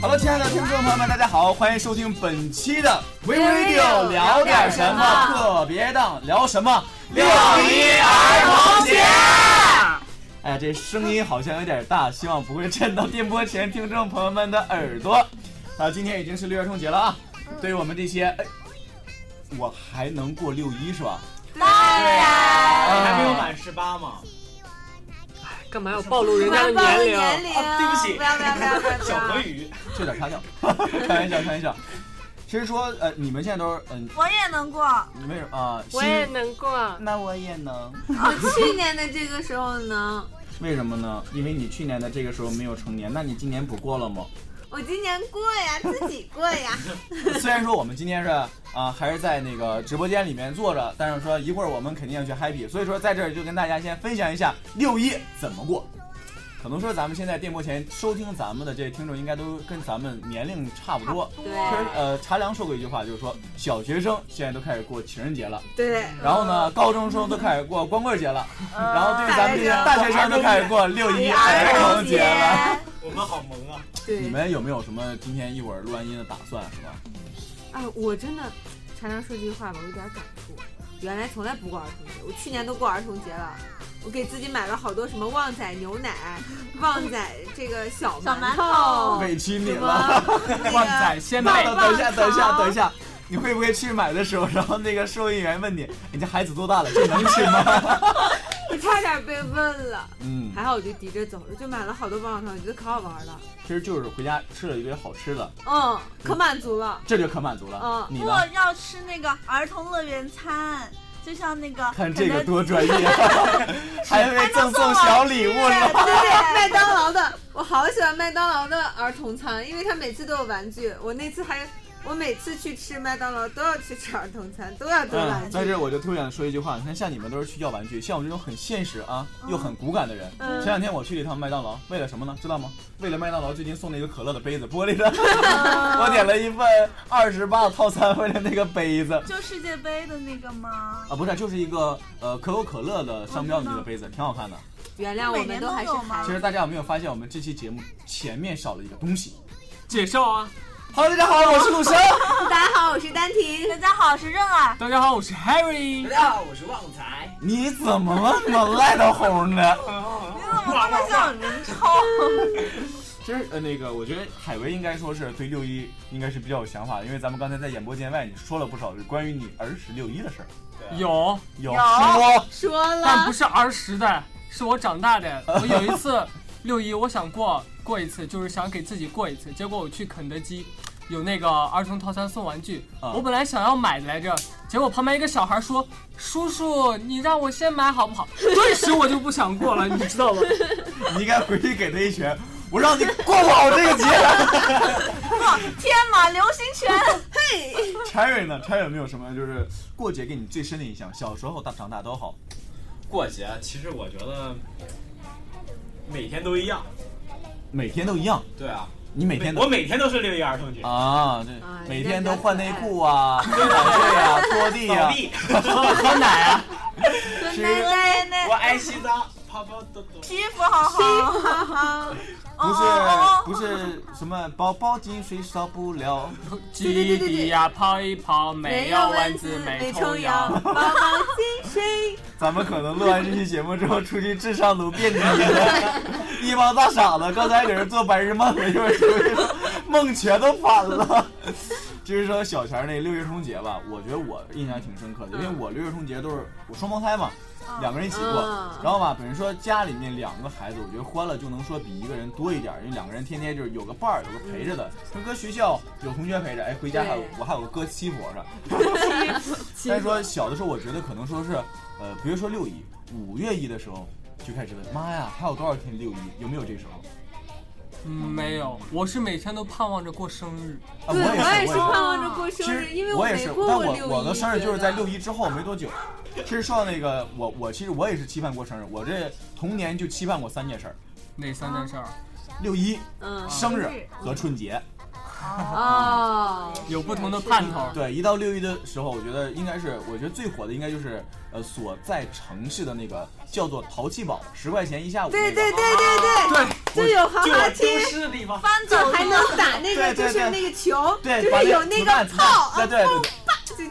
好了，亲爱的听众朋友们，大家好，欢迎收听本期的《微微 Radio 六聊点什么特别档》，聊什么？六一儿童节。哎呀，这声音好像有点大，希望不会震到电波前听众朋友们的耳朵。啊，今天已经是六一儿童节了啊！对于我们这些，哎，我还能过六一是吧？当然，啊哎还没有满十八嘛？干嘛要暴露 人家的暴露年龄？龄啊对不起不要不要不要不要不啊小要何！语，这点擦掉，开玩笑，开 玩笑。其实说，呃，你们现在都是，嗯、我也能过。你们啊，我新也 能过，啊那我也能。 我去年的这个时候能，为什么呢？因为你去年的这个时候没有成年，那你今年不过了吗？我今年过呀，自己过 呀。 虽然说我们今天是啊、还是在那个直播间里面坐着，但是说一会儿我们肯定要去 happy，所以说在这儿就跟大家先分享一下六一怎么过。可能说咱们现在电波前收听咱们的这些听众，应该都跟咱们年龄差不多。其实对呃，茶凉说过一句话，就是说小学生现在都开始过情人节了，对，然后呢，高中生都开始过光棍节了，然后对咱们这些嗯大学生都开始过六一儿童节了。我们好萌啊！对你们有没有什么今天一会儿录完音的打算，是吧？啊，我真的常常说这句话吧，我有点感触。原来从来不过儿童节，我去年都过儿童节了。我给自己买了好多什么旺仔牛奶、旺仔这个小馒头、委屈你什了。么 那旺个仔鲜那奶 等等一下，等一下，等一下，你会不会去买的时候，然后那个收银员问你， 你这孩子多大了，这能吃吗？我差点被问了。嗯，还好我就抵着走了，就买了好多棒棒糖，我觉得可好玩了，其实就是回家吃了一堆好吃的，嗯，可满足了。这就可满足了。嗯你呢我？要吃那个儿童乐园餐，就像那个看这个肯德基多 专业， 还会赠送小礼物对了。 对，麦当劳的，我好喜欢麦当劳的儿童餐，因为它每次都有玩具。我那次还，我每次去吃麦当劳都要去吃儿童餐，都要得玩嗯，具。在这我就突然说一句话，你看像你们都是去要玩具，像我这种很现实啊又很骨感的人，嗯前两天我去了一趟麦当劳，为了什么呢？知道吗？为了麦当劳最近送了一个可乐的杯子，玻璃的， 我点了一份二十八的套餐，为了那个杯子。就世界杯的那个吗？啊，不是，就是一个呃可口可乐的商标的那个杯子，挺好看的。原谅我们都还是孩其子。实大家有没有发现，我们这期节目前面少了一个东西介绍啊！ ？Hello，大家好，我是陆生。大家好，我是丹 婷。大家好，我是任儿，大家好，我是 Harry。大家好，我是旺财。你怎么了？么赖的红呢？你怎么那么像林超？其实呃，那个我觉得海威应该说是对六一应该是比较有想法的，因为咱们刚才在演播间外你说了不少关于你儿时六一的事儿。有，有有说说但不 了，是儿时的，是我长大的。我有一次六一，我想过过一次，就是想给自己过一次。结果我去肯德基，有那个儿童套餐送玩具，啊我本来想要买来着，结果旁边一个小孩说：“叔叔，你让我先买好不好？”顿时我就不想过了，你知道吗？你应该回去给他一拳，我让你过不好这个节。天马流星拳， Cherry 呢？Cherry 有没有什么就是过节给你最深的印象？小时候、大长大都好。过节，其实我觉得每天都一样。每天都一样，对啊，你每天都我每天都是六一儿童节，啊，对啊，每人家天比都较换可内爱裤啊，洗澡睡啊，拖地扫啊，地，喝奶啊，跟是哎奶 奶我爱洗澡，泡泡豆 豆。皮肤好好，哈哈，不是哦不是什么宝宝进水少不了，基底呀，泡一泡，没有蚊子没虫虫咬，咬。 宝宝进水。咱们可能录完这期节目之后出去智商都变低了，一帮大傻子，刚才搁这做白日梦了，一会儿出去梦全都反了。就是说小钱儿那六一儿童节吧，我觉得我印象挺深刻的，因为嗯我六一儿童节都是我双胞胎嘛，两个人一起过嗯，然后吧，本身说家里面两个孩子，我觉得欢乐就能说比一个人多一点儿，因为两个人天天就是有个伴儿，有个陪着嗯的。说搁学校有同学陪着，哎，回家还有对我还有个哥欺负我 呢。但是说小的时候，我觉得可能说是，呃，比如说六一、五月一的时候就开始问，妈呀，还有多少天六一？有没有这时候？嗯，没有，我是每天都盼望着过生日。啊，对，也也是，我也是盼是。望着过其生日，实因为我也没是，但过我六一。我的生日就是在六一。一之后没多久。其实说到那个，我我其实我也是期盼过生日，我这童年就期盼过三件事儿：哪三件事儿？六一、嗯生日生日和春节。哦，有不同的盼头。对，一到六一的时候，我觉得应该是，我觉得最火的应该就是呃所在城市的那个叫做淘气堡，十块钱一下午、那对个。对对对对，对，就有滑就滑我梯，丢失的地方，翻就走还能打那个对对就是那个球，对，就把是有那那子弹个啊子弹炮，对对对。就就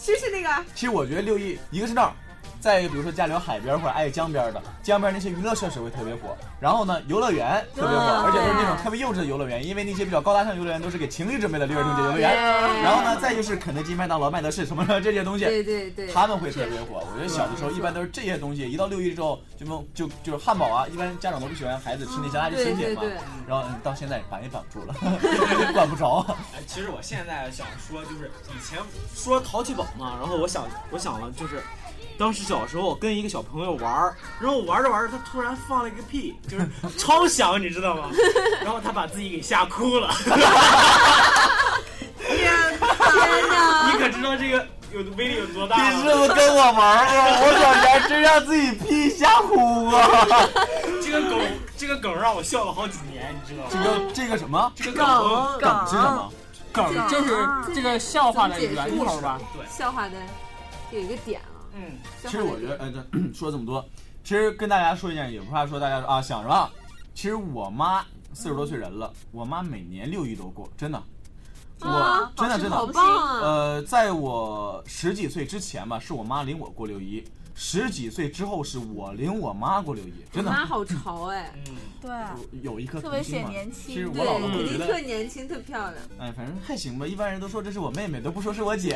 就是那个，其实我觉得六一，一个是那儿，再一个比如说家里有海边或者挨着江边的，江边那些娱乐设施会特别火。然后呢，游乐园特别火，哦对啊而且都是那种特别幼稚的游乐园，因为那些比较高大上游乐园都是给情侣准备的六一儿童节游乐园。哦然后呢，再就是肯德基、麦当劳、麦德士什么的这些东西，对对对，他们会特别火。我觉得小的时候一般都是这些东西，一到六一之后，就么就就是汉堡啊，一般家长都不喜欢孩子吃那些垃圾食对对品嘛。对，然后嗯到现在绑也绑住了， 管不着。哎，其实我现在想说，就是以前说淘气堡嘛，然后我想，我想了，就是当时小时候跟一个小朋友玩儿，然后玩着玩着，他突然放了一个屁，就是超响，你知道吗？ 然后他把自己给吓哭了。 天哪！你可知道这个有威力有多大你是吗？不是跟我玩过？我小前真让自己屁吓哭 啊！这个梗，这个梗让我笑了好几年，你知道这吗？个这个什么这个梗梗是什啊么？梗就是这个笑话的源头吧。对，笑话的有一个点啊了。嗯，其实我觉啊得，呃，对说这么多，其实跟大家说一下，也不怕说大家说啊想什么。其实我妈四十多岁人了，我妈每年六一都过，真的。我啊真的保持真口的好，棒啊！呃，在我十几岁之前吧，是我妈领我过六一；十几岁之后，是我领我妈过六一，真的。妈好潮哎，嗯，对，有一颗特别童心显嘛年轻其实我对姥姥，肯会觉定得特年轻，特漂亮。哎，反正还行吧。一般人都说这是我妹妹，都不说是我 姐。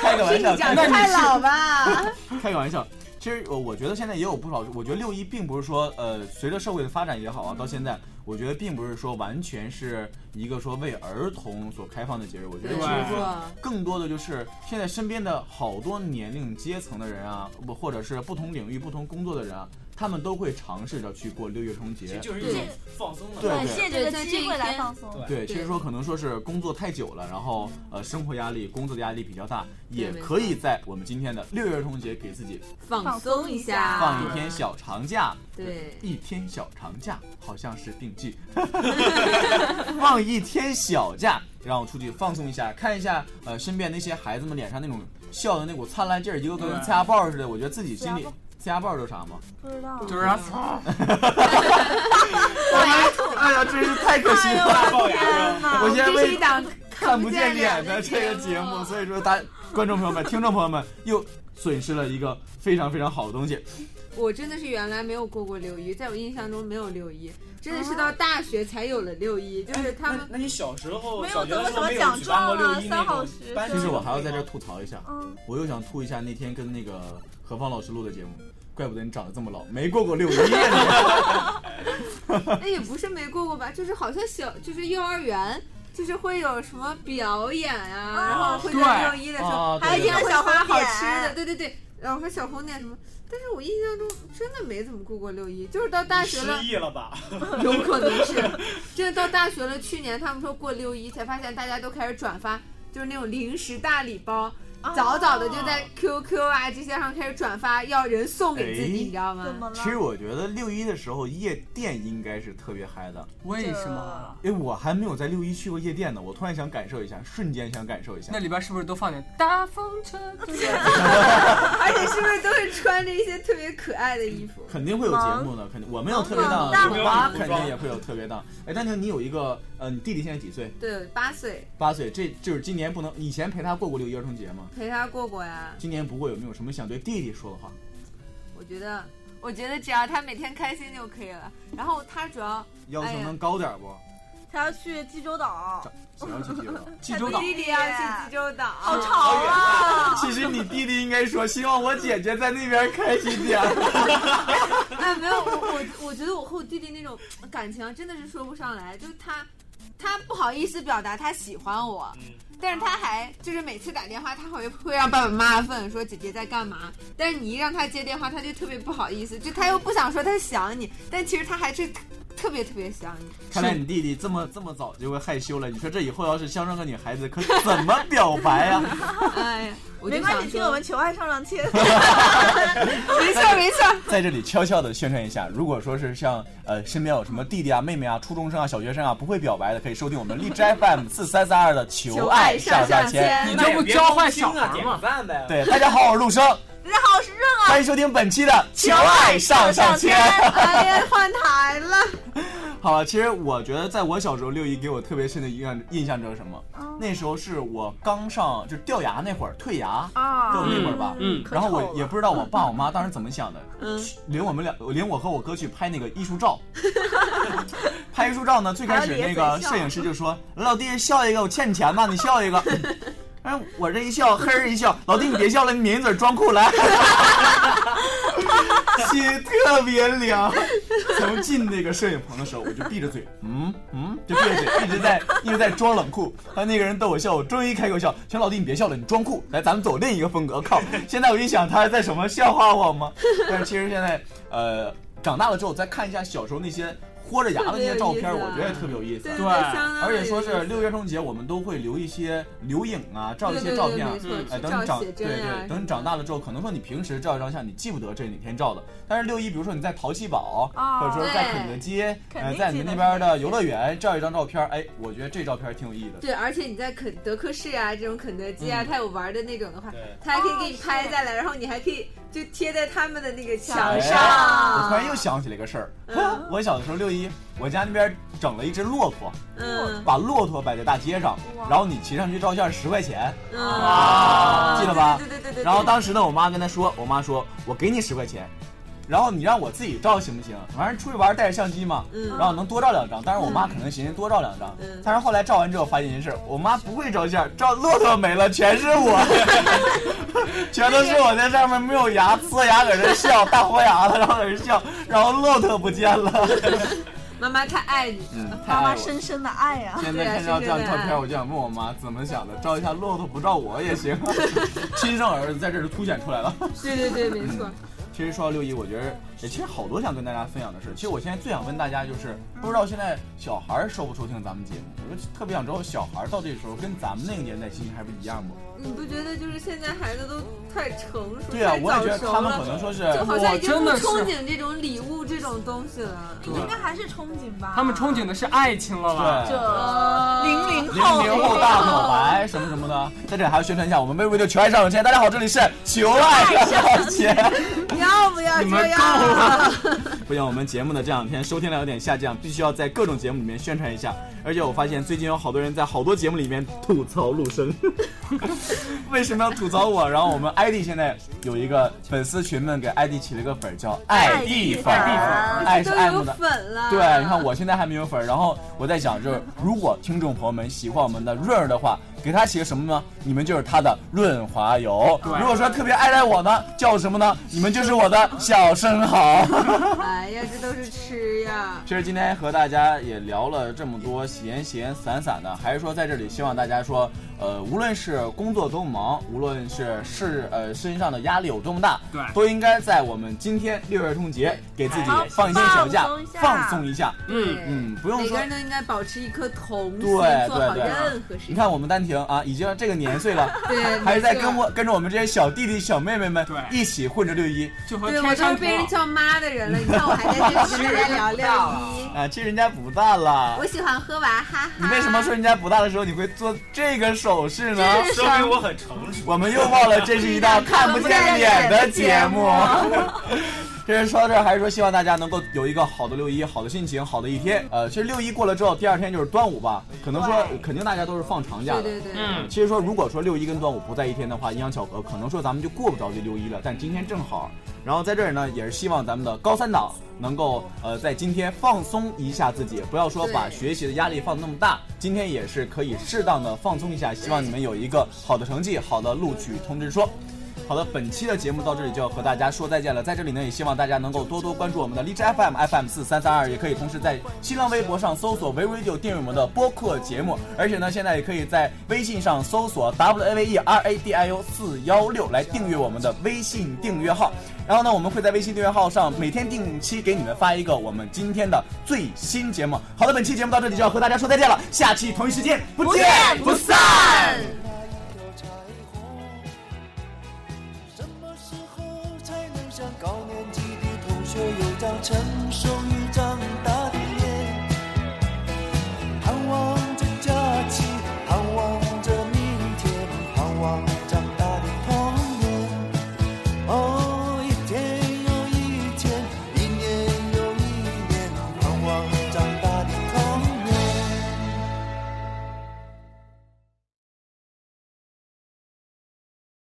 开个玩笑，开长得个太 老吧？开个玩笑。其实我我觉得现在也有不少，我觉得六一并不是说，呃，随着社会的发展也好啊，到现嗯在，我觉得并不是说完全是一个说为儿童所开放的节日。我觉得没其实说错，更多的就是现在身边的好多年龄阶层的人啊，不或者是不同领域、不同工作的人啊，他们都会尝试着去过六一儿童其节实。就是一种放松的。对感谢这个对机会来放对松。对，其实说可能说是工作太久了，然后呃生活压力、工作的压力比较大，也没可以在我们今天的六一儿童节给自己放松一下，放一天小长假。对一天小长假好像是病句， 放一天小假，让我出去放松一下，看一下呃身边那些孩子们脸上那种笑的那股灿烂劲儿，一个跟对呲牙爆儿似的，我觉得自己心里呲呲牙爆牙爆儿都啥吗？不知道，就是啊， 哎呀，真是太可惜了。大龅牙是吧？我现在这是为一档看不见脸的这个节目，所以说大观众朋友们、听众朋友们又损失了一个非常非常好的东西。我真的是原来没有过过六一，在我印象中没有六一，真啊的是到大学才有了六一，就是他那 们。那你小时候没有小学的时候得过什么没有奖举办过状啊六一三那好种学班生其级实我还要活在这儿动吗吐槽一下，嗯，我又想吐一下那天跟那个何方老师录的节目，怪不得你长得这么老，没过过六一呢。那哎也不是没过过吧，就是好像小就是幼儿园，就是会有什么表演啊，然后会在六一的时候，啊，还有对一对定对要小花好吃的，对对对，然后和小红点什么。但是我印象中真的没怎么过过六一，就是到大学了失，忆了吧？ 有可能是，真的到大学了。去年他们说过六一，才发现大家都开始转发，就是那种零食大礼包，早早的就在 QQ 啊这些上开始转发，要人送给自己，哎你知道怎吗？么 了？其实我觉得六一的时候夜店应该是特别嗨的，为什么？啊因为我还没有在六一去过夜店呢，我突然想感受一下，瞬间想感受一下那。里边是不是都放点 大风 车？而且是不是都是穿着一些特别可爱的衣服？肯定会有节目的，肯定我们有特别档，忙我忙妈忙肯定也会有特别档。哎，丹婷，你有一个呃，你弟弟现在几岁？对，八岁八岁，这就是今年不能，以前陪他过过六一儿童节吗？陪他过过呀。今年不过有没有什么想对弟弟说的话？我觉得，我觉得只要他每天开心就可以了。然后他主要要哎求呀能高点儿不？他要去济州岛，想要去济州 岛。济州岛弟弟要啊去济州岛，好吵啊！ 其实你弟弟应该说，希望我姐姐在那边开心点儿。 哎，没有，我我我觉得我和我弟弟那种感情啊真的是说不上来，就是他。他不好意思表达他喜欢我，但是他还就是每次打电话，他会会让爸爸妈妈问说姐姐在干嘛，但是你一让他接电话，他就特别不好意思，就他又不想说他想你，但其实他还是特特别特别想你。 看来你弟弟这么这么早就会害羞了。你说这以后要是相上个女孩子，可怎么表白啊呀、哎呀，我没就关想系，听我说，们求爱上上签。没错没错，在这里悄悄的宣传一下，如果说是像呃身边有什么弟弟啊、妹妹啊、初中生啊、小学生啊不会表白的，可以收听我们 荔枝 FM 四三三二的求爱上下签。哎你签。这不教坏小啊，孩点吗？饭呗。对，大家好，我是陆生，大家好，我是任啊。欢迎收听本期的求爱上上签。哎呀，换 台了。好了，其实我觉得在我小时候，六一给我特别深的印象印象知道什么？那时候是我刚上就掉牙那会儿，退牙。啊就那会儿吧嗯然后我也不知道我爸我妈当时怎么想的，嗯去领我们俩，领我和我哥去拍那个艺术照。拍艺术照呢，最开始那个摄影师就说：“老弟，笑一个，我欠你钱呢，你笑一个。”哎，我这一笑，嘿儿一笑， 老弟你别笑了，你抿一嘴装酷来， 心特别凉。从进那个摄影棚的时候，我就闭着嘴，嗯嗯，就闭着嘴，一直在 一直在装冷酷。但那个人逗我笑，我终于开口笑，行，老弟你别笑了，你装酷，来咱们走另一个风格。 靠，现在我一想，他还在什么笑话我吗？但是其实现在，呃，长大了之后再看一下小时候那些豁着牙的那些照片，特别有意思啊我觉得也特别有意思对。对相当而且有说意是思六一儿童节，我们都会留一些留影啊，照一对些对照对片啊没。错嗯去哎，等你照长写对真呀什么对，的等你长大了之后，可能说你平时照一张相，你记不得这是哪天照的。但是六一，比如说你在淘气堡，啊或者说是在对肯德基，肯呃，定在你们记得那是边哪的天游乐园照一张照片，哎，我觉得这照片挺有意义的。对，而且你在肯德克士啊，这种肯德基啊，嗯它有玩的那种的话，对它还可以给你哦是拍下来，然后你还可以就贴在他们的那个墙墙上。哎我突然又想起了一个事儿，嗯我小的时候六一，我家那边整了一只骆驼，嗯把骆驼摆在大街上，哇然后你骑上去照相十块钱，嗯，啊记得吧对对对对对。然后当时呢，我妈跟他说，我妈说我给你十块钱，然后你让我自己照行不行？反正出去玩带着相机嘛，嗯然后能多照两张。但是我妈可能寻思多照两张，嗯但是后来照完之后发现一件事，我妈不会照相，照骆驼没了，全是我，全都是我在上面没有牙，呲牙搁这笑，大豁牙子，然后搁这笑，然后骆驼不见了，妈妈太爱你，嗯，太妈爱妈我了。深深的爱啊呀、现在看到这张照片，我就想问我妈怎么想的，照一下骆驼不照我也行， 亲生儿子在这儿就凸显出来了。对对对，没错。其实说到六一，我觉得也其实好多想跟大家分享的事。其实我现在最想问大家就是，不知道现在小孩儿收不收听咱们节目？我就特别想知道小孩儿到这时候跟咱们那个年代心情还不一样不？你不觉得就是现在孩子都太成熟、对啊，太我也觉早得熟他们可了，能说是就好像已经我不真的是憧憬这种礼物这种东西了。对应该还是憧憬吧。他们憧憬的是爱情了吧？对。呃呃这零零零后，零后大表白什么什么的，在这里还要宣传一下我们微微的求爱上有钱。大家好，这里是求爱上有钱。要不要你们这够样？了！不行，我们节目呢这两天收听量有点下降，必须要在各种节目里面宣传一下。而且我发现最近有好多人在好多节目里面吐槽陆生， 为什么要吐槽我？然后我们 ID 现在有一个粉丝群们给 ID 起了一个粉儿叫爱地粉儿，爱是都爱慕有的。粉了，对，你看我现在还没有粉儿，然后我在想，就是如果听众朋友们喜欢我们的润儿的话，给他起个什么呢？你们就是他的润滑油。对如果说特别爱戴我呢，叫什么呢？你们就是我的小生蚝。哎呀，这都是吃呀。其实今天和大家也聊了这么多闲闲散散的，还是说在这里希望大家说，呃，无论是工作多么忙，无论是事呃身上的压力有多么大，对都应该在我们今天六一儿童节给自己哎放一天小假放松一，下放松一下。嗯，嗯，不用每说个人，都应该保持一颗童心，对做好对对任何事你情。看我们丹婷啊，已经这个年岁了，对，还是在没错跟我跟着我们这些小弟弟小妹妹们对一起混着六一。就和对我都是天山童被人姥。叫妈 的人了，你看我还在这里跟大家聊六一。啊，其实人家不大了我。喜欢喝娃哈哈。你为什么说人家不大的时候你会做这个手势呢？这是说明我很成熟。我们又忘了这是一档 看不见脸的节目。 这是说到这儿，还是说希望大家能够有一个好的六一，好的心情，好的一天。呃，其实六一过了之后，第二天就是端午吧，可能说对肯定大家都是放长假对的。对对，嗯，其实说，如果说六一跟端午不在一天的话，阴阳巧合，可能说咱们就过不着这六一了。但今天正好，然后在这儿呢，也是希望咱们的高三党能够呃在今天放松一下自己，不要说把对学习的压力放那么大。今天也是可以适当的放松一下，希望你们有一个好的成绩，好的录取通知书。好的，本期的节目到这里就要和大家说再见了。在这里呢，也希望大家能够多多关注我们的荔枝 FM FM 四三三二，也可以同时在新浪微博上搜索 v Radio 订阅我们的播客节目，而且呢，现在也可以在微信上搜索 W A V E R A D I O 四幺六来订阅我们的微信订阅号。然后呢，我们会在微信订阅号上每天定期给你们发一个我们今天的最新节目。好的，本期节目到这里就要和大家说再见了，下期同一时间不见不散。